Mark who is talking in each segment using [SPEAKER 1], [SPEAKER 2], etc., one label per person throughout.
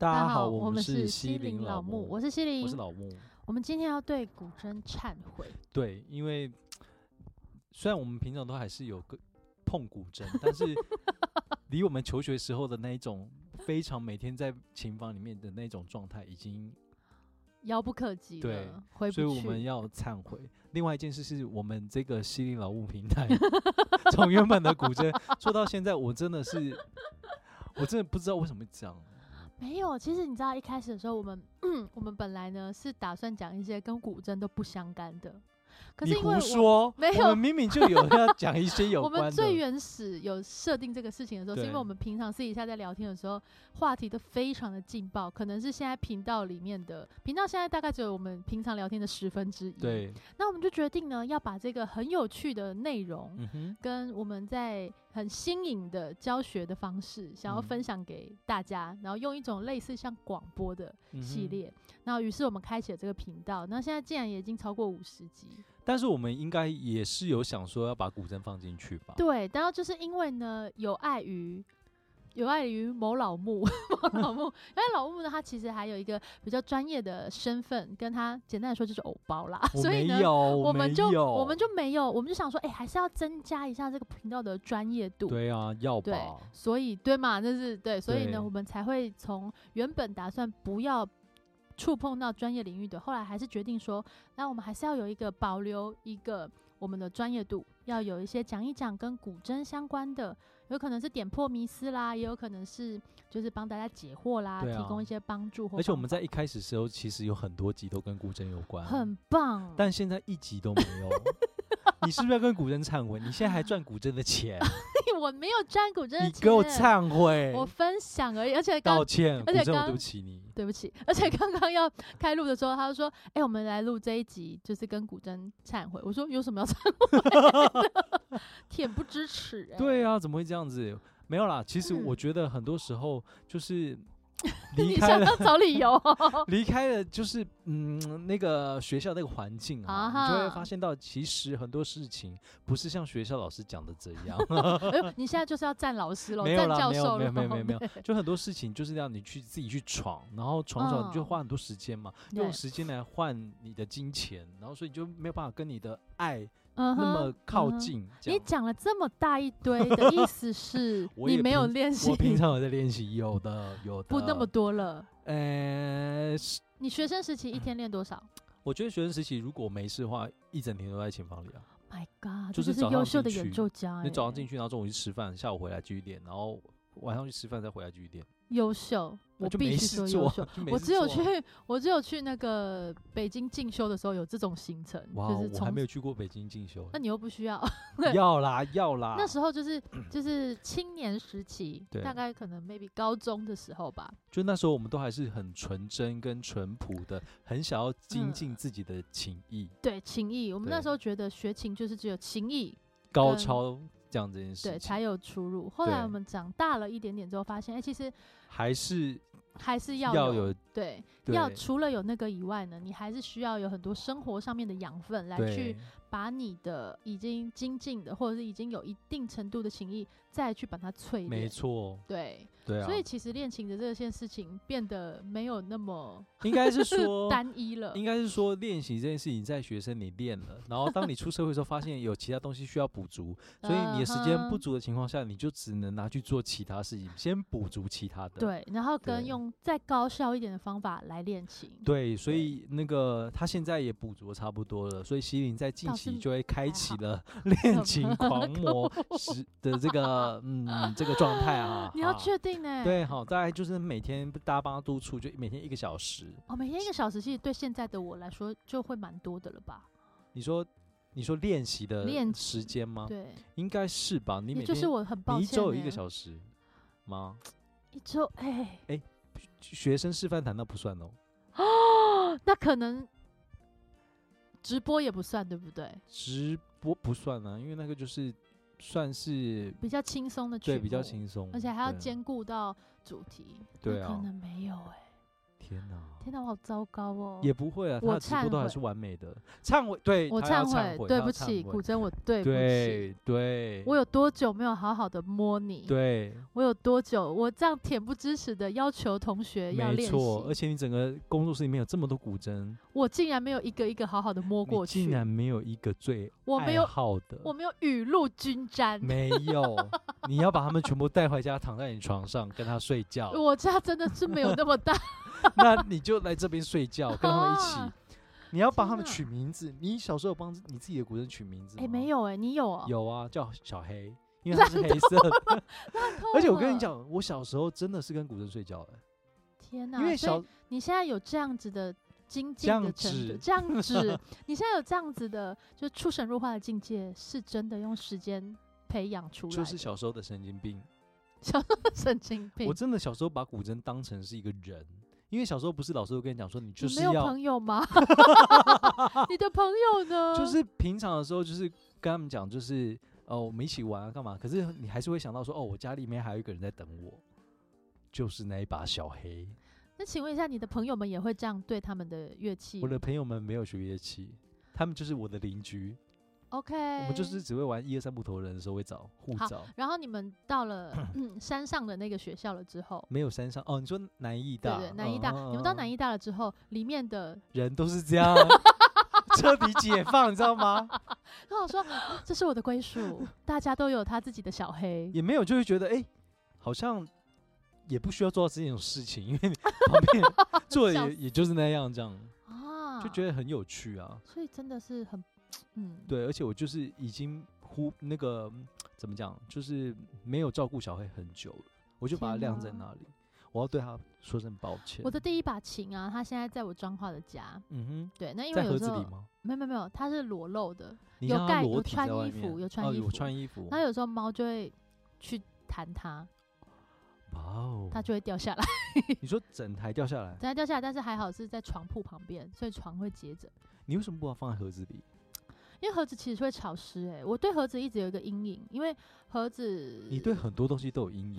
[SPEAKER 1] 好，
[SPEAKER 2] 我
[SPEAKER 1] 们
[SPEAKER 2] 是
[SPEAKER 1] 西
[SPEAKER 2] 林
[SPEAKER 1] 老
[SPEAKER 2] 木，
[SPEAKER 1] 我是西林，
[SPEAKER 2] 我是老木。
[SPEAKER 1] 我们今天要对古筝忏悔，
[SPEAKER 2] 对，因为虽然我们平常都还是有个碰古筝，但 是离我们求学时候的那一种非常每天在琴房里面的那种状态已经，
[SPEAKER 1] 遥不可及
[SPEAKER 2] 对
[SPEAKER 1] 了，回不
[SPEAKER 2] 所
[SPEAKER 1] 去。
[SPEAKER 2] 以我们要忏悔。另外一件事是我们这个西林老木平台， 从原本的古筝做到现在，我真的是，我真的不知道为什么这样。
[SPEAKER 1] 没有，其实你知道一开始的时候，我们 我们本来呢是打算讲一些跟古筝都不相干的，可是
[SPEAKER 2] 你
[SPEAKER 1] 因为
[SPEAKER 2] 胡
[SPEAKER 1] 我
[SPEAKER 2] 说，
[SPEAKER 1] 没
[SPEAKER 2] 我
[SPEAKER 1] 有
[SPEAKER 2] 们明明就有要讲一 些有
[SPEAKER 1] 我
[SPEAKER 2] 关的。
[SPEAKER 1] 们最原始有设定这个事情的时候，是因为
[SPEAKER 2] 对
[SPEAKER 1] 我们平常私底下在聊天的时候，话题都非常的劲爆，可能是现在频道里面的频道现在大概只有我们平常聊天的十分之一。，
[SPEAKER 2] 对，
[SPEAKER 1] 那我们就决定呢，要把这个很有趣的内容。
[SPEAKER 2] 嗯哼，
[SPEAKER 1] 跟我们在很新颖的教学的方式，想要
[SPEAKER 2] 嗯
[SPEAKER 1] 分享给大家，然后用一种类似像广播的
[SPEAKER 2] 嗯
[SPEAKER 1] 系
[SPEAKER 2] 哼
[SPEAKER 1] 列。然后，于是我们开启了这个频道。那现在竟然也已经超过五十集，
[SPEAKER 2] 但是我们应该也是有想说要把古筝放进去吧？
[SPEAKER 1] 对。啊然后就是因为呢，有碍于有碍于某老木，某老 木，因为老木呢，他其实还有一个比较专业的身份，跟他简单来说就是偶包啦。
[SPEAKER 2] 我
[SPEAKER 1] 所以
[SPEAKER 2] 没
[SPEAKER 1] 呢，
[SPEAKER 2] 有，
[SPEAKER 1] 我
[SPEAKER 2] 我
[SPEAKER 1] 们
[SPEAKER 2] 没
[SPEAKER 1] 就
[SPEAKER 2] 有
[SPEAKER 1] 我们就没有，我们就想说，哎、还是要增加一下这个频道的专业度。
[SPEAKER 2] 对啊，要
[SPEAKER 1] 对
[SPEAKER 2] 吧？
[SPEAKER 1] 所以对嘛，那是对，所以
[SPEAKER 2] 对
[SPEAKER 1] 呢，我们才会从原本打算不要触碰到专业领域的，后来还是决定说，那我们还是要有一个保留一个我们的专业度，要有一些讲一讲跟古筝相关的，有可能是点破迷思啦，也有可能是就是帮大家解惑啦，
[SPEAKER 2] 对啊
[SPEAKER 1] 提供一些帮助或
[SPEAKER 2] 而且我们
[SPEAKER 1] 方
[SPEAKER 2] 在一开始时候其实有很多集都跟古筝有关，
[SPEAKER 1] 法很 棒，
[SPEAKER 2] 但现在一集都没 有。你是不是要跟古筝忏悔？你现在还赚古筝的 钱，
[SPEAKER 1] 我没有占古筝的
[SPEAKER 2] 你给我
[SPEAKER 1] 钱，
[SPEAKER 2] 忏悔，
[SPEAKER 1] 我分享而已，而且刚
[SPEAKER 2] 道歉，古
[SPEAKER 1] 而且
[SPEAKER 2] 筝我
[SPEAKER 1] 刚
[SPEAKER 2] 对不起你。
[SPEAKER 1] 对不起，而且刚刚要开录的时候，他就说：“哎、我们来录这一集，就是跟古筝忏悔。”我说：“有什么要忏悔的？ 恬不知耻、欸。”
[SPEAKER 2] 对啊，怎么会这样子？没有啦，其实
[SPEAKER 1] 嗯
[SPEAKER 2] 我觉得很多时候就是离
[SPEAKER 1] 你
[SPEAKER 2] 开
[SPEAKER 1] 想
[SPEAKER 2] 了
[SPEAKER 1] 要找理 由
[SPEAKER 2] 离开了就是嗯那个学校那个环境啊，
[SPEAKER 1] 啊
[SPEAKER 2] 你就会
[SPEAKER 1] 哈
[SPEAKER 2] 发现到其实很多事情不是像学校老师讲的这 样，
[SPEAKER 1] 哎呦，你现在就是要站老师喽，
[SPEAKER 2] 没有
[SPEAKER 1] 站
[SPEAKER 2] 啦，
[SPEAKER 1] 教
[SPEAKER 2] 没有
[SPEAKER 1] 授
[SPEAKER 2] 没
[SPEAKER 1] 喽，
[SPEAKER 2] 有没有没有没有
[SPEAKER 1] 对，
[SPEAKER 2] 就很多事情就是让你去自己去闯，然后闯闯你就
[SPEAKER 1] 嗯
[SPEAKER 2] 花很多时间嘛，
[SPEAKER 1] 对
[SPEAKER 2] 用时间来换你的金钱，然后所以你就没有办法跟你的爱
[SPEAKER 1] 嗯
[SPEAKER 2] 那
[SPEAKER 1] 哼
[SPEAKER 2] 么靠。
[SPEAKER 1] 嗯哼
[SPEAKER 2] 近。这
[SPEAKER 1] 你
[SPEAKER 2] 样
[SPEAKER 1] 讲了这么大一堆的意思是
[SPEAKER 2] 我
[SPEAKER 1] 你
[SPEAKER 2] 也
[SPEAKER 1] 没有
[SPEAKER 2] 平
[SPEAKER 1] 练习
[SPEAKER 2] 我平常有在练习，有的有的
[SPEAKER 1] 不那么，多了。
[SPEAKER 2] 呃，是
[SPEAKER 1] 你学生时期一天练多少 Oh
[SPEAKER 2] 我觉得学生时期如果没事的话，一整天都在琴房里啊。
[SPEAKER 1] ？My God，
[SPEAKER 2] 就
[SPEAKER 1] 这
[SPEAKER 2] 是早
[SPEAKER 1] 是优
[SPEAKER 2] 上
[SPEAKER 1] 秀的
[SPEAKER 2] 进
[SPEAKER 1] 演
[SPEAKER 2] 去
[SPEAKER 1] 奏家、欸。
[SPEAKER 2] 你早上进去，然后中午去吃饭，下午回来继续练，然后晚上去吃饭再回来继续练。
[SPEAKER 1] 优秀，
[SPEAKER 2] 那
[SPEAKER 1] 我
[SPEAKER 2] 就
[SPEAKER 1] 必
[SPEAKER 2] 没
[SPEAKER 1] 须
[SPEAKER 2] 事
[SPEAKER 1] 说
[SPEAKER 2] 做
[SPEAKER 1] 优秀。
[SPEAKER 2] 就没
[SPEAKER 1] 我
[SPEAKER 2] 事
[SPEAKER 1] 只有
[SPEAKER 2] 做啊
[SPEAKER 1] 去，我只有去那个北京进修的时候有这种行程，
[SPEAKER 2] 哇，哦
[SPEAKER 1] 就是
[SPEAKER 2] 我还没
[SPEAKER 1] 从
[SPEAKER 2] 有去过北京进修
[SPEAKER 1] 那
[SPEAKER 2] 欸，
[SPEAKER 1] 你又不需要，
[SPEAKER 2] 要啦要啦。
[SPEAKER 1] 那时候就是就是青年时期，
[SPEAKER 2] 对
[SPEAKER 1] 大概可能 maybe 高中的时候吧，
[SPEAKER 2] 就那时候我们都还是很纯真跟淳朴的，很想要精
[SPEAKER 1] 嗯
[SPEAKER 2] 进自己的情谊、
[SPEAKER 1] 对情谊，我们那
[SPEAKER 2] 对
[SPEAKER 1] 时候觉得学琴就是只有情谊
[SPEAKER 2] 高
[SPEAKER 1] 跟
[SPEAKER 2] 超这样这件事
[SPEAKER 1] 对
[SPEAKER 2] 情
[SPEAKER 1] 才，有出入。后来
[SPEAKER 2] 对
[SPEAKER 1] 我们长大了一点点之后，发现哎、其实
[SPEAKER 2] 还是
[SPEAKER 1] 还是要
[SPEAKER 2] 要
[SPEAKER 1] 有
[SPEAKER 2] 有
[SPEAKER 1] 对
[SPEAKER 2] 对
[SPEAKER 1] 要除了有那个以外呢，你还是需要有很多生活上面的养分来去
[SPEAKER 2] 对
[SPEAKER 1] 把你的已经精进的，或者是已经有一定程度的情谊，再去把它淬
[SPEAKER 2] 没
[SPEAKER 1] 炼。
[SPEAKER 2] 错，
[SPEAKER 1] 对，
[SPEAKER 2] 对啊
[SPEAKER 1] 所，以其实恋情的这件事情变得没有那么
[SPEAKER 2] 应该是
[SPEAKER 1] 是
[SPEAKER 2] 说。
[SPEAKER 1] 单一了。
[SPEAKER 2] 应该是说练习这件事情，在学生你练了，然后当你出社会的时候，发现有其他东西需要补足，所以你的时间不
[SPEAKER 1] 嗯哼
[SPEAKER 2] 足的情况下，你就只能拿去做其他事情，先补足其他的。
[SPEAKER 1] 对，然后跟
[SPEAKER 2] 对
[SPEAKER 1] 用再高效一点的方法来练琴。
[SPEAKER 2] 对所
[SPEAKER 1] 对
[SPEAKER 2] 以那个他现在也补足得差不多了，所以西林在近
[SPEAKER 1] 倒
[SPEAKER 2] 期
[SPEAKER 1] 是
[SPEAKER 2] 就会开
[SPEAKER 1] 还
[SPEAKER 2] 启
[SPEAKER 1] 好。
[SPEAKER 2] 了恋情狂魔时的这个嗯这个状态啊
[SPEAKER 1] 你要
[SPEAKER 2] 哈
[SPEAKER 1] 确定呢、。
[SPEAKER 2] 对好，大概就是每天大家帮他督促，就每天一个小时。
[SPEAKER 1] 哦，每天一个小时，其实对现在的我来说就会蛮多的了吧？
[SPEAKER 2] 你说你说练习的
[SPEAKER 1] 练
[SPEAKER 2] 时
[SPEAKER 1] 习
[SPEAKER 2] 间吗？
[SPEAKER 1] 对，
[SPEAKER 2] 应该是吧？啊你每
[SPEAKER 1] 也
[SPEAKER 2] 天
[SPEAKER 1] 就是我很抱
[SPEAKER 2] 你一
[SPEAKER 1] 歉、欸。
[SPEAKER 2] 周有一个小时吗？
[SPEAKER 1] 一周，哎、
[SPEAKER 2] 学生示范弹那不算哦。
[SPEAKER 1] 那可能直播也不算，对不对？
[SPEAKER 2] 直播不算啊，因为那个就是算是
[SPEAKER 1] 比较轻松的曲
[SPEAKER 2] 对
[SPEAKER 1] 目，
[SPEAKER 2] 比较轻松，
[SPEAKER 1] 而且还要
[SPEAKER 2] 对啊
[SPEAKER 1] 兼顾到主题，那
[SPEAKER 2] 对啊
[SPEAKER 1] 可能没有哎、
[SPEAKER 2] 天哪，
[SPEAKER 1] 天哪，我好糟糕哦！
[SPEAKER 2] 也不会啊，
[SPEAKER 1] 我
[SPEAKER 2] 他的直播都还
[SPEAKER 1] 忏
[SPEAKER 2] 是完美的。忏悔，对，
[SPEAKER 1] 我
[SPEAKER 2] 他要
[SPEAKER 1] 悔，
[SPEAKER 2] 悔，
[SPEAKER 1] 对
[SPEAKER 2] 他
[SPEAKER 1] 不
[SPEAKER 2] 要忏
[SPEAKER 1] 起，古
[SPEAKER 2] 悔，
[SPEAKER 1] 筝，我对不起。
[SPEAKER 2] 对对，
[SPEAKER 1] 我有多久没有好好的摸你？
[SPEAKER 2] 对，
[SPEAKER 1] 我有多久？我这样恬不知耻的要求同学要
[SPEAKER 2] 没
[SPEAKER 1] 练
[SPEAKER 2] 错，而
[SPEAKER 1] 习，
[SPEAKER 2] 且你整个工作室里面有这么多古筝，
[SPEAKER 1] 我竟然没有一个一个好好的摸
[SPEAKER 2] 你
[SPEAKER 1] 过
[SPEAKER 2] 竟
[SPEAKER 1] 去，
[SPEAKER 2] 然没有一个最
[SPEAKER 1] 我没有
[SPEAKER 2] 爱好的，
[SPEAKER 1] 我没有雨露均沾。
[SPEAKER 2] 没有， 你要把他们全部带回家，躺在你床上跟他睡觉，
[SPEAKER 1] 我家真的是没有那么大，
[SPEAKER 2] 那你就来这边睡 觉，跟他们一起。
[SPEAKER 1] 啊
[SPEAKER 2] 你要帮他们
[SPEAKER 1] 天哪
[SPEAKER 2] 取名字，你小时候有帮你自己的古筝取名字
[SPEAKER 1] 哎、
[SPEAKER 2] 吗？
[SPEAKER 1] 没、有哎、你有哦、
[SPEAKER 2] 有啊，叫小黑，因 为它是黑色的。而且我跟你，讲，我小时候真的是跟古筝睡觉的，
[SPEAKER 1] 啊天哪！
[SPEAKER 2] 因为
[SPEAKER 1] 所以
[SPEAKER 2] 小
[SPEAKER 1] 你现在有这样子的精进的程度，这 样子，你现在有这样子的，就出神入化的境界，是真的用时间培养出来的，
[SPEAKER 2] 就是小时候的神经病。
[SPEAKER 1] 神经病。
[SPEAKER 2] 我真的小时候把古筝当成是一个人，因为小时候不是老师都跟你讲说，你就
[SPEAKER 1] 你
[SPEAKER 2] 是
[SPEAKER 1] 没有
[SPEAKER 2] 要
[SPEAKER 1] 朋友 吗？你的朋友呢？
[SPEAKER 2] 就是平常的时候，就是跟他们讲，就是呃，我们一起玩啊，干嘛？可是你还是会想到说，哦，我家里面还有一个人在等我，就是那一把小黑。
[SPEAKER 1] 那请问一下，你的朋友们也会这样对他们的乐器
[SPEAKER 2] 我的朋友们没有学乐器，他们就是我的邻居，
[SPEAKER 1] ？OK，
[SPEAKER 2] 我们就是。只会玩一二三木头人的时候会找互
[SPEAKER 1] 哎好
[SPEAKER 2] 找。
[SPEAKER 1] 然后你们到 了嗯山上的那个学校了之后，
[SPEAKER 2] 没有山上哦，你说南艺
[SPEAKER 1] 对
[SPEAKER 2] 大，
[SPEAKER 1] 对，南医大，
[SPEAKER 2] 嗯
[SPEAKER 1] 你们到
[SPEAKER 2] 嗯
[SPEAKER 1] 南医大了之后，里面的
[SPEAKER 2] 人都是这 样，彻底解放，你知道吗？
[SPEAKER 1] 然后我说 啊这是我的归 属，大家都有他自己的小黑。
[SPEAKER 2] 也没有，就会觉得哎、诶好像也不需要做到这种事情，因为 旁边做的
[SPEAKER 1] 笑
[SPEAKER 2] 也也就是那样，这样
[SPEAKER 1] 啊，
[SPEAKER 2] 就觉得很有趣啊。
[SPEAKER 1] 所以真的是很，嗯，，
[SPEAKER 2] 对，而且我就是已经忽那个嗯怎么讲，就是没有照顾小黑很久了，我就把他
[SPEAKER 1] 天
[SPEAKER 2] 晾在
[SPEAKER 1] 哪
[SPEAKER 2] 那里，我要对他说声抱歉。
[SPEAKER 1] 我的第一把琴啊，它现在在我彰化的家，
[SPEAKER 2] 嗯
[SPEAKER 1] 对，那因
[SPEAKER 2] 哼，
[SPEAKER 1] 为
[SPEAKER 2] 在
[SPEAKER 1] 有
[SPEAKER 2] 盒
[SPEAKER 1] 时
[SPEAKER 2] 子里
[SPEAKER 1] 候
[SPEAKER 2] 吗？
[SPEAKER 1] 没有没有没有，它是裸露的，
[SPEAKER 2] 你
[SPEAKER 1] 有
[SPEAKER 2] 让他
[SPEAKER 1] 盖
[SPEAKER 2] 裸
[SPEAKER 1] 有
[SPEAKER 2] 体
[SPEAKER 1] 穿
[SPEAKER 2] 在外
[SPEAKER 1] 衣服
[SPEAKER 2] 面
[SPEAKER 1] 有穿
[SPEAKER 2] 哦
[SPEAKER 1] 衣
[SPEAKER 2] 有
[SPEAKER 1] 服
[SPEAKER 2] 穿衣服
[SPEAKER 1] 然，后有时候猫就会去弹它，
[SPEAKER 2] 哇哦，
[SPEAKER 1] 它就会掉下来，
[SPEAKER 2] 你说整台掉下来，
[SPEAKER 1] 它掉下来，但是还好是在床铺旁边，所以床会接着，
[SPEAKER 2] 你为什么不把它放在盒子里？
[SPEAKER 1] 因为盒子其实会潮湿，诶，我对盒子一直有一个阴影，因为盒子
[SPEAKER 2] 你对很多东西都有阴影，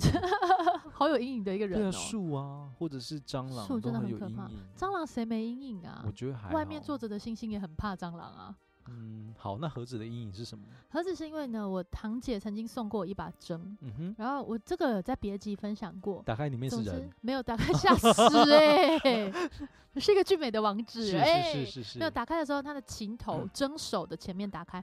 [SPEAKER 1] 好有阴影的一个
[SPEAKER 2] 对
[SPEAKER 1] 呃
[SPEAKER 2] 啊，
[SPEAKER 1] 人哦，
[SPEAKER 2] 树啊，或者是蟑螂
[SPEAKER 1] 树
[SPEAKER 2] 都
[SPEAKER 1] 真的
[SPEAKER 2] 很
[SPEAKER 1] 很
[SPEAKER 2] 有
[SPEAKER 1] 可
[SPEAKER 2] 阴
[SPEAKER 1] 怕
[SPEAKER 2] 影。
[SPEAKER 1] 蟑螂谁没阴影啊
[SPEAKER 2] 我？觉得还
[SPEAKER 1] 外面
[SPEAKER 2] 好
[SPEAKER 1] 坐着的星星也很怕蟑螂啊。
[SPEAKER 2] 嗯，好，那盒子的阴影是什么？
[SPEAKER 1] 何止是因为呢，我堂姐曾经送过我一把针，
[SPEAKER 2] 嗯哼，
[SPEAKER 1] 然后我这个有在别集分享过。
[SPEAKER 2] 打开里面是
[SPEAKER 1] 总之
[SPEAKER 2] 人，
[SPEAKER 1] 没 有打开，吓死哎、是一个俊美的王子
[SPEAKER 2] 是
[SPEAKER 1] 哎、
[SPEAKER 2] 是是是是，嗯
[SPEAKER 1] 没有打开的时候，它的琴头蒸手的前面打开，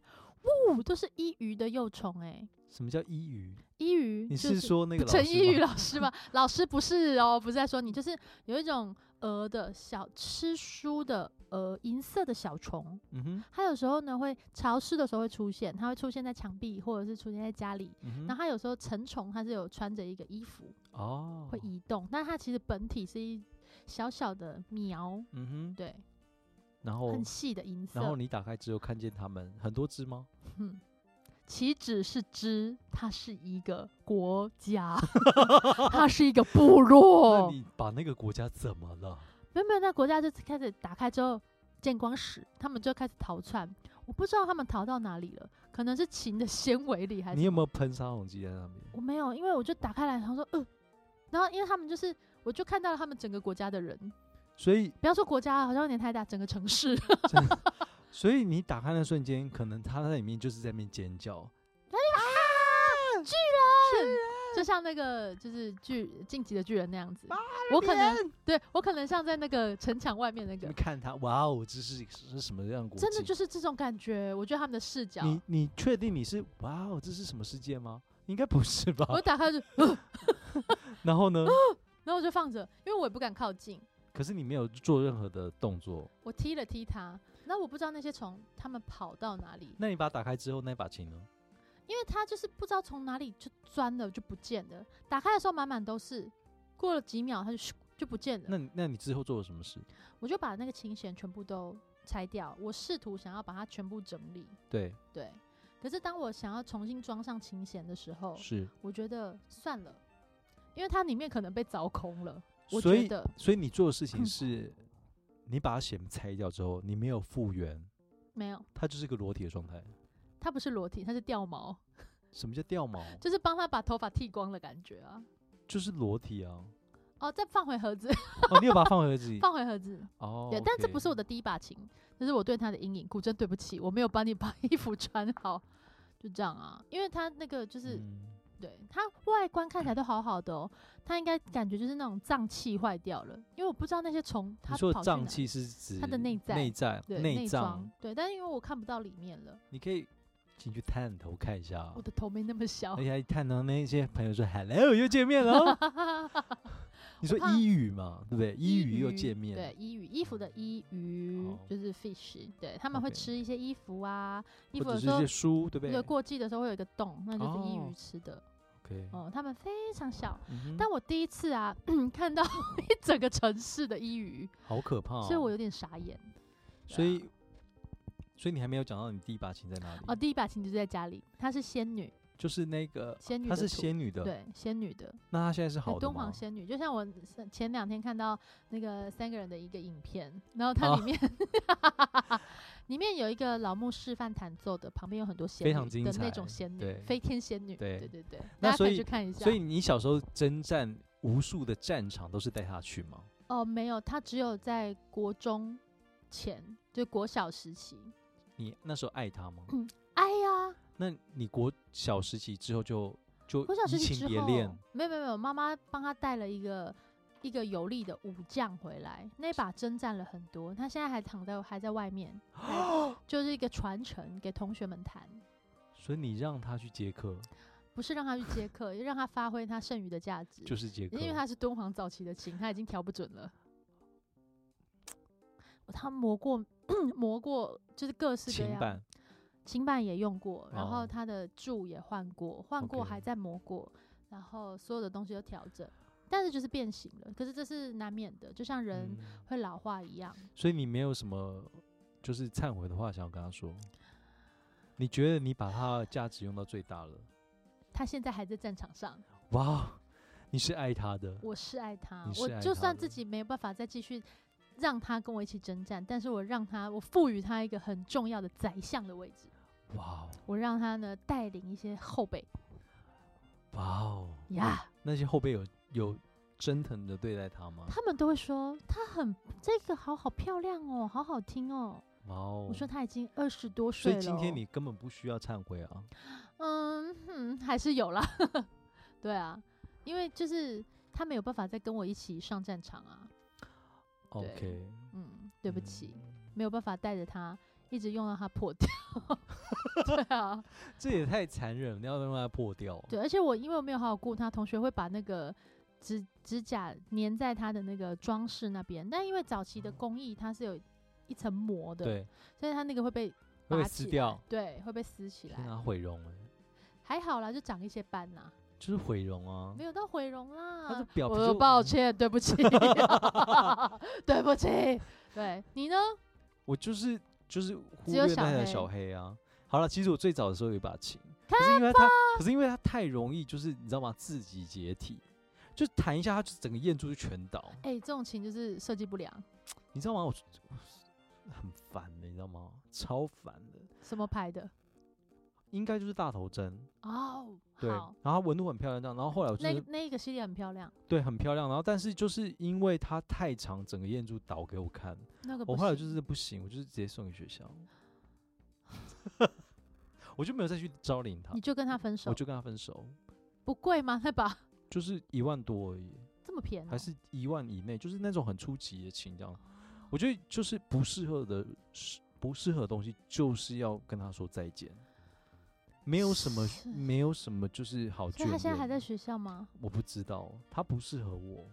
[SPEAKER 1] 呜，都是伊鱼的幼虫哎、
[SPEAKER 2] 什么叫伊鱼？
[SPEAKER 1] 伊鱼、
[SPEAKER 2] 你
[SPEAKER 1] 嗯就是
[SPEAKER 2] 说那个老
[SPEAKER 1] 陈
[SPEAKER 2] 师
[SPEAKER 1] 伊鱼
[SPEAKER 2] 吗
[SPEAKER 1] 老师吗？老师不是哦，不是在说你，就是有一种蛾的小吃书的蛾，银色的小虫，
[SPEAKER 2] 嗯哼，
[SPEAKER 1] 它有时候呢会潮湿的时候会出现，它会出现在墙壁或者是出现在家里。
[SPEAKER 2] 嗯哼，
[SPEAKER 1] 然后它有时候成虫，它是有穿着一个衣服
[SPEAKER 2] 哦，
[SPEAKER 1] 会移动，但它其实本体是一小小的苗，
[SPEAKER 2] 嗯哼，
[SPEAKER 1] 对，
[SPEAKER 2] 然后
[SPEAKER 1] 很细的银色。
[SPEAKER 2] 哦然后你打开之后看见它们很多只吗？
[SPEAKER 1] 嗯，岂止是只，它是一个国 家，它是一个部
[SPEAKER 2] 那
[SPEAKER 1] 落。
[SPEAKER 2] 你把那个国家怎么了？
[SPEAKER 1] 没有没有，那国家就开始打开之后见光死，他们就开始逃窜。我不知道他们逃到哪里了，可能是琴的纤维里还是
[SPEAKER 2] 你有没有喷杀虫剂在那边？
[SPEAKER 1] 我没有，因为我就打开来，然后说呃，然后因为他们就是，我就看到了他们整个国家的人，
[SPEAKER 2] 所以
[SPEAKER 1] 不要说国家，啊好像有点太大，整个城市
[SPEAKER 2] 所以你打开的瞬间，可能它在里面就是在那边尖叫，
[SPEAKER 1] 就像那个就是巨晋级的巨人那样子。我可能对我可能像在那个城墙外面那
[SPEAKER 2] 你
[SPEAKER 1] 个
[SPEAKER 2] 们，看它，哇哦，这是这是什么样的国
[SPEAKER 1] 真的
[SPEAKER 2] 境
[SPEAKER 1] 就是这种感觉。我觉得他们的视角，
[SPEAKER 2] 你你确定你是哇哦，这是什么世界吗？应该不是吧？
[SPEAKER 1] 我打开就，
[SPEAKER 2] 然后 呢？
[SPEAKER 1] 然后我就放着，因为我也不敢靠近。
[SPEAKER 2] 可是你没有做任何的动作。
[SPEAKER 1] 我踢了踢它，那我不知道那些虫它们跑到哪里，
[SPEAKER 2] 那你把它打开之后，那把琴呢？
[SPEAKER 1] 因为它就是不知道从哪里就钻了就不见了。打开的时候满满都是，过了几秒它就咻就不见了。
[SPEAKER 2] 那你那你之后做了什么事？
[SPEAKER 1] 我就把那个琴弦全部都拆掉，我试图想要把它全部整理，
[SPEAKER 2] 对，
[SPEAKER 1] 对。可是当我想要重新装上琴弦的时候，
[SPEAKER 2] 是，
[SPEAKER 1] 我觉得算了，因为它里面可能被凿空了。我
[SPEAKER 2] 所
[SPEAKER 1] 觉
[SPEAKER 2] 以
[SPEAKER 1] 得
[SPEAKER 2] 所以你做的事
[SPEAKER 1] 嗯
[SPEAKER 2] 情是，你把它弦拆掉之后，你没有复原，
[SPEAKER 1] 没有，
[SPEAKER 2] 它就是一个裸体的状态。
[SPEAKER 1] 它不是裸体，它是掉毛，
[SPEAKER 2] 什么叫掉毛？
[SPEAKER 1] 就是帮他把头发剃光的感觉啊。
[SPEAKER 2] 就是裸体啊。
[SPEAKER 1] 哦，再放回盒子，
[SPEAKER 2] 哦，你有把它放回盒子里？
[SPEAKER 1] 放回盒子。
[SPEAKER 2] 哦，
[SPEAKER 1] 对，但这
[SPEAKER 2] OK
[SPEAKER 1] 不是我的第一把琴，这是我对他的阴影。古筝，对不起，我没有帮你把衣服穿好，就这样啊。因为他那个就是，
[SPEAKER 2] 嗯
[SPEAKER 1] 对他外观看起来都好好的哦，他应该感觉就是那种脏器坏掉了，因为我不知道那些虫它
[SPEAKER 2] 你说
[SPEAKER 1] 跑
[SPEAKER 2] 的
[SPEAKER 1] 去哪
[SPEAKER 2] 脏器是指
[SPEAKER 1] 它的内在
[SPEAKER 2] 内在、
[SPEAKER 1] 对
[SPEAKER 2] 内
[SPEAKER 1] 脏
[SPEAKER 2] 脏，
[SPEAKER 1] 对，但是因为我看不到里面了，
[SPEAKER 2] 你可以进去探头看一下。啊
[SPEAKER 1] 我的哦头没那么小
[SPEAKER 2] 而，且还探到那些朋友说 “hello”，又见面了。哦 你说
[SPEAKER 1] 我怕
[SPEAKER 2] 伊语嘛，对不对？伊语又
[SPEAKER 1] 鱼
[SPEAKER 2] 见面，
[SPEAKER 1] 对，衣鱼衣服的衣鱼
[SPEAKER 2] 好
[SPEAKER 1] 就是 fish，对，他们会
[SPEAKER 2] OK
[SPEAKER 1] 吃一些衣服啊，衣服
[SPEAKER 2] 或者
[SPEAKER 1] 有
[SPEAKER 2] 是
[SPEAKER 1] 时
[SPEAKER 2] 一
[SPEAKER 1] 候
[SPEAKER 2] 些书，对不
[SPEAKER 1] 对过季的时候会有一个洞，那就是衣鱼
[SPEAKER 2] 哦
[SPEAKER 1] 吃的
[SPEAKER 2] ？OK，
[SPEAKER 1] 哦，他们非常小。
[SPEAKER 2] 嗯哼
[SPEAKER 1] 但我第一次啊， 看到一整个城市的衣鱼，
[SPEAKER 2] 好可怕哦。
[SPEAKER 1] 所以我有点傻眼。对
[SPEAKER 2] 所
[SPEAKER 1] 啊
[SPEAKER 2] 以，所以你还没有讲到你第一把琴在哪里
[SPEAKER 1] 哦，第一把琴就在家里，她是仙女，
[SPEAKER 2] 就是那个
[SPEAKER 1] 仙女
[SPEAKER 2] 她
[SPEAKER 1] 的
[SPEAKER 2] 是
[SPEAKER 1] 图
[SPEAKER 2] 仙女的，
[SPEAKER 1] 对，仙女的，
[SPEAKER 2] 那她现在是
[SPEAKER 1] 对
[SPEAKER 2] 好的
[SPEAKER 1] 敦煌
[SPEAKER 2] 吗？
[SPEAKER 1] 仙女，就像我上前两天看到那个三个人的一个影片，然
[SPEAKER 2] 哦
[SPEAKER 1] 后它里面、 里面有一个老木示范弹奏的，旁边有很多仙
[SPEAKER 2] 非
[SPEAKER 1] 女
[SPEAKER 2] 常精
[SPEAKER 1] 的那
[SPEAKER 2] 彩
[SPEAKER 1] 种仙女
[SPEAKER 2] 对，
[SPEAKER 1] 飞天仙女，
[SPEAKER 2] 对
[SPEAKER 1] 对对对，
[SPEAKER 2] 那
[SPEAKER 1] 大家可
[SPEAKER 2] 所
[SPEAKER 1] 以
[SPEAKER 2] 以
[SPEAKER 1] 去看一下。
[SPEAKER 2] 所以你小时候征战无数的战场都是带她去吗？
[SPEAKER 1] 哦，没有，他只有在国中前，就国小时期。
[SPEAKER 2] 你那时候爱她吗？
[SPEAKER 1] 哎呀，
[SPEAKER 2] 那你国小时期之后就就
[SPEAKER 1] 国小时
[SPEAKER 2] 移
[SPEAKER 1] 期
[SPEAKER 2] 情
[SPEAKER 1] 之
[SPEAKER 2] 别
[SPEAKER 1] 后，没
[SPEAKER 2] 恋
[SPEAKER 1] 有没有没有，妈妈帮他带了一个一个有力的武将回来，那把征战了很多，他现在还躺在还在外 面，在就是一个传承给同学们弹，
[SPEAKER 2] 所以你让她去捷克，
[SPEAKER 1] 不是让他去接客，让他发挥他剩余的价值，
[SPEAKER 2] 就是捷克，
[SPEAKER 1] 因为他是敦煌早期的琴，他已经调不准了。他磨过 磨过，就是各式各
[SPEAKER 2] 情
[SPEAKER 1] 样，
[SPEAKER 2] 版
[SPEAKER 1] 琴板也用过，然后
[SPEAKER 2] 哦
[SPEAKER 1] 它的柱也换过，换过
[SPEAKER 2] OK
[SPEAKER 1] 还在磨过，然后所有的东西都调整，但是就是变形了。可是这是难免的，就像人
[SPEAKER 2] 嗯
[SPEAKER 1] 会老化一样。
[SPEAKER 2] 所以你没有什么就是忏悔的话想要跟他说？你觉得你把他的价值用到最大了？
[SPEAKER 1] 他现在还在战场上，
[SPEAKER 2] 哇，哦你是爱他的，
[SPEAKER 1] 我是爱他，
[SPEAKER 2] 你是
[SPEAKER 1] 我
[SPEAKER 2] 爱
[SPEAKER 1] 就
[SPEAKER 2] 他
[SPEAKER 1] 算
[SPEAKER 2] 的
[SPEAKER 1] 自己没有办法再继续让他跟我一起征战，但是我让他，我赋予他一个很重要的宰相的位置，
[SPEAKER 2] 哇哦
[SPEAKER 1] 我让他呢带领一些后辈
[SPEAKER 2] 哇哦！
[SPEAKER 1] 呀。
[SPEAKER 2] 那些后辈有有真诚的对待他吗？
[SPEAKER 1] 他们都会说他很这个好好漂亮哦，好好听哦。
[SPEAKER 2] 哇哦！
[SPEAKER 1] 我说他已经二十多
[SPEAKER 2] 所
[SPEAKER 1] 岁
[SPEAKER 2] 以
[SPEAKER 1] 了
[SPEAKER 2] 今
[SPEAKER 1] 哦，
[SPEAKER 2] 天你根本不需要忏悔啊！
[SPEAKER 1] 嗯哼，还是有啦。 对啊，因为就是他没有办法再跟我一起上战场啊。对
[SPEAKER 2] OK，
[SPEAKER 1] 嗯，对不起，
[SPEAKER 2] 嗯
[SPEAKER 1] 没有办法带着他一直用到他破掉。 对啊，
[SPEAKER 2] 这也太残忍了，你要让他破掉。
[SPEAKER 1] 对，而且我因为我没有好好顾他，同学会把那个指指甲粘在他的那个装饰那边，但因为早期的工艺它是有一层膜的，
[SPEAKER 2] 对，
[SPEAKER 1] 所以它那个会被
[SPEAKER 2] 会被
[SPEAKER 1] 拔
[SPEAKER 2] 撕
[SPEAKER 1] 起来
[SPEAKER 2] 掉，
[SPEAKER 1] 对，会被撕起
[SPEAKER 2] 天
[SPEAKER 1] 来。
[SPEAKER 2] 啊，毁容哎，
[SPEAKER 1] 还好啦，就长一些斑啦，
[SPEAKER 2] 就是毁容啊
[SPEAKER 1] 没！有到毁容啦。
[SPEAKER 2] 他的表皮
[SPEAKER 1] 我
[SPEAKER 2] 就嗯
[SPEAKER 1] 说抱，歉，对不起， 对不 起。对你呢？
[SPEAKER 2] 我就是就是忽
[SPEAKER 1] 只有
[SPEAKER 2] 略
[SPEAKER 1] 小
[SPEAKER 2] 那台
[SPEAKER 1] 黑
[SPEAKER 2] 小黑啊。好了，其实我最早的时候有一把琴，可是因为它，可是因为它太容易，就是你知道吗？自己解体，就弹一下，它就整个焰柱就全倒，
[SPEAKER 1] 哎、这种琴就是设计不良，
[SPEAKER 2] 你知道吗？我我很烦的，你知道吗？超烦的，
[SPEAKER 1] 什么牌的？
[SPEAKER 2] 应该就是大头针，
[SPEAKER 1] 哦，
[SPEAKER 2] 对，
[SPEAKER 1] 好，
[SPEAKER 2] 然后它纹路很漂亮，这样，然后后来我就
[SPEAKER 1] 那
[SPEAKER 2] 是、
[SPEAKER 1] 个那一个系列很漂亮，
[SPEAKER 2] 对很漂亮，然后但是就是因为它太长，整个焰柱倒给我看，
[SPEAKER 1] 那个
[SPEAKER 2] 我
[SPEAKER 1] 不
[SPEAKER 2] 后来就
[SPEAKER 1] 行
[SPEAKER 2] 是不行，我就是直接送给学校， 我就没有再去招领他
[SPEAKER 1] 你，就跟他分手
[SPEAKER 2] 我，就跟他分手，
[SPEAKER 1] 不贵吗？ 那把
[SPEAKER 2] 就是一万多而已，
[SPEAKER 1] 这么便宜哦、
[SPEAKER 2] 还是一万以内，就是那种很初级的琴这样。我觉得就是不适合的是不适合的东西，就是要跟他说再见，没有什么
[SPEAKER 1] 是
[SPEAKER 2] 没有什么就是好眷
[SPEAKER 1] 所以他现在还在
[SPEAKER 2] 恋
[SPEAKER 1] 学校吗？
[SPEAKER 2] 我不知道，他不适合我，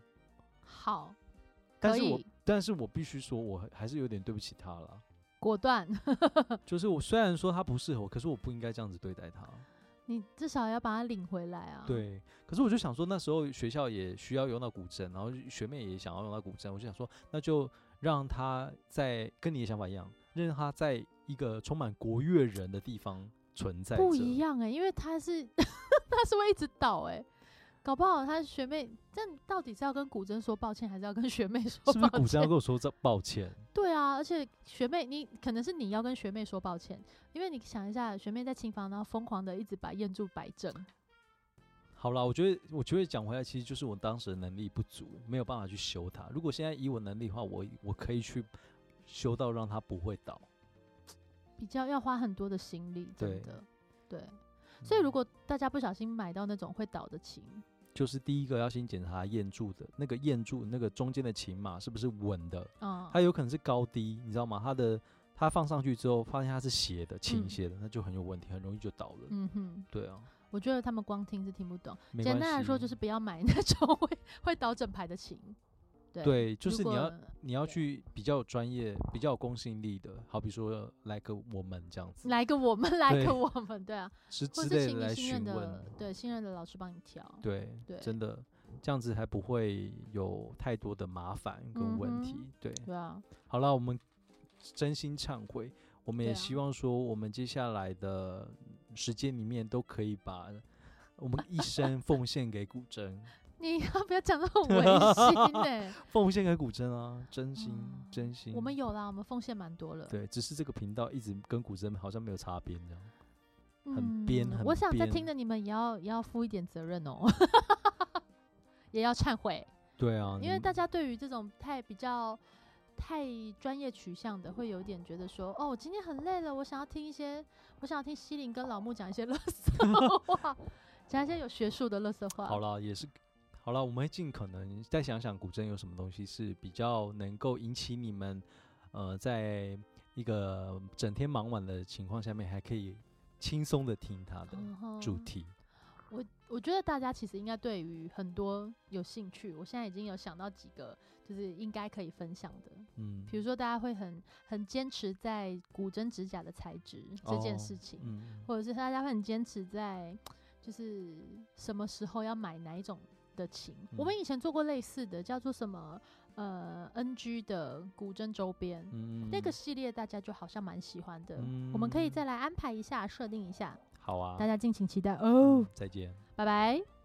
[SPEAKER 1] 好，
[SPEAKER 2] 但
[SPEAKER 1] 可
[SPEAKER 2] 是我
[SPEAKER 1] 以
[SPEAKER 2] 但是我必须说，我还是有点对不起他了。
[SPEAKER 1] 果断，
[SPEAKER 2] 就是我虽然说他不适合我，可是我不应该这样子对待他。
[SPEAKER 1] 你至少要把他领回来啊。，
[SPEAKER 2] 对，可是我就想说，那时候学校也需要用到古筝，然后学妹也想要用到古筝，我就想说，那就让他在跟你的想法一样，让他在一个充满国乐人的地方存在。
[SPEAKER 1] 不一。样哎、因为他是 他是会一直倒哎、搞不好他学妹，这样到底是要跟古筝说抱歉，还是要跟学妹说抱
[SPEAKER 2] 是
[SPEAKER 1] 歉？
[SPEAKER 2] 不是古筝要跟我说这抱歉？
[SPEAKER 1] 对啊，而且学妹，你可能是你要跟学妹说抱歉，因为你想一下，学妹在琴房，然后疯狂的一直把燕柱摆正，
[SPEAKER 2] 好啦，我觉得，我觉得讲回来，其实就是我当时的能力不足，没有办法去修它。如果现在以我能力的话，我我可以去修到让它不会倒。
[SPEAKER 1] 比较要花很多的心力，真
[SPEAKER 2] 对
[SPEAKER 1] 的，对。所以如果大家不小心买到那种会倒的琴，
[SPEAKER 2] 嗯就是第一个要先检查验柱的那个验柱那个中间的琴码是不是稳的，
[SPEAKER 1] 嗯，
[SPEAKER 2] 它有可能是高低，你知道吗？它的它放上去之后，发现它是斜的，
[SPEAKER 1] 嗯
[SPEAKER 2] 倾斜的，那就很有问题，很容易就倒了。
[SPEAKER 1] 嗯哼，
[SPEAKER 2] 对啊，
[SPEAKER 1] 我觉得他们光听是听不懂。
[SPEAKER 2] 没
[SPEAKER 1] 简
[SPEAKER 2] 关
[SPEAKER 1] 单来说，
[SPEAKER 2] 系
[SPEAKER 1] 就是不要买那种 会会倒整排的琴。对，
[SPEAKER 2] 对，就是
[SPEAKER 1] 如
[SPEAKER 2] 你要
[SPEAKER 1] 果
[SPEAKER 2] 你要
[SPEAKER 1] 对
[SPEAKER 2] 去比较有专业、比较有公信力的，好比说来个我们这样子，
[SPEAKER 1] 来个我们， 来
[SPEAKER 2] 对
[SPEAKER 1] 个我们，对啊，
[SPEAKER 2] 之
[SPEAKER 1] 或
[SPEAKER 2] 之
[SPEAKER 1] 是
[SPEAKER 2] 类的
[SPEAKER 1] 请你
[SPEAKER 2] 来
[SPEAKER 1] 信任
[SPEAKER 2] 询问
[SPEAKER 1] 的，，对信任的老师帮你挑。
[SPEAKER 2] 对，
[SPEAKER 1] 对
[SPEAKER 2] 真的这样子还不会有太多的麻烦跟
[SPEAKER 1] 嗯哼
[SPEAKER 2] 问题。对，
[SPEAKER 1] 对啊，
[SPEAKER 2] 好了，我们真心忏悔，我们
[SPEAKER 1] 对
[SPEAKER 2] 也
[SPEAKER 1] 啊
[SPEAKER 2] 希望说，我们接下来的时间里面都可以把我们一生奉献给古筝，
[SPEAKER 1] 你要不要 讲那么违心呢、
[SPEAKER 2] 奉献给古筝啊，真心、
[SPEAKER 1] 嗯
[SPEAKER 2] 真心。
[SPEAKER 1] 我们有啦，我们奉献蛮多了。
[SPEAKER 2] 对，只是这个频道一直跟古筝好像没有擦边这样。
[SPEAKER 1] 嗯，
[SPEAKER 2] 很编很
[SPEAKER 1] 我想在
[SPEAKER 2] 编
[SPEAKER 1] 听的你们也要也要负一点责任哦， 也要忏悔，
[SPEAKER 2] 对啊，
[SPEAKER 1] 因为
[SPEAKER 2] 你
[SPEAKER 1] 大家对于这种太比较太专业取向的，会有点觉得说，哦，我今天很累了，我想要听一些，我想要听西林跟老木讲一些乐色话， 讲一些有学术的乐色话。
[SPEAKER 2] 好啦，也是好啦，我们会尽可能再想想古筝有什么东西是比较能够引起你们，呃，在一个整天忙完的情况下面，还可以轻松的听它的
[SPEAKER 1] 嗯哼，
[SPEAKER 2] 主题。
[SPEAKER 1] 我我觉得大家其实应该对于很多有兴趣，我现在已经有想到几个，就是应该可以分享的。
[SPEAKER 2] 嗯，
[SPEAKER 1] 比如说，大家会很很坚持在古筝指甲的材质这件
[SPEAKER 2] 哦
[SPEAKER 1] 事情，
[SPEAKER 2] 嗯，
[SPEAKER 1] 或者是大家会很坚持在就是什么时候要买哪一种的琴。我们
[SPEAKER 2] 嗯
[SPEAKER 1] 以前做过类似的，叫做什么呃 NG 的古筝周边，
[SPEAKER 2] 嗯
[SPEAKER 1] 那个系列大家就好像蛮喜欢的。
[SPEAKER 2] 嗯
[SPEAKER 1] 我们可以再来安排一下，设定一下，
[SPEAKER 2] 好啊，嗯
[SPEAKER 1] 大
[SPEAKER 2] 家
[SPEAKER 1] 家敬请期待哦。
[SPEAKER 2] 再见。
[SPEAKER 1] 拜拜。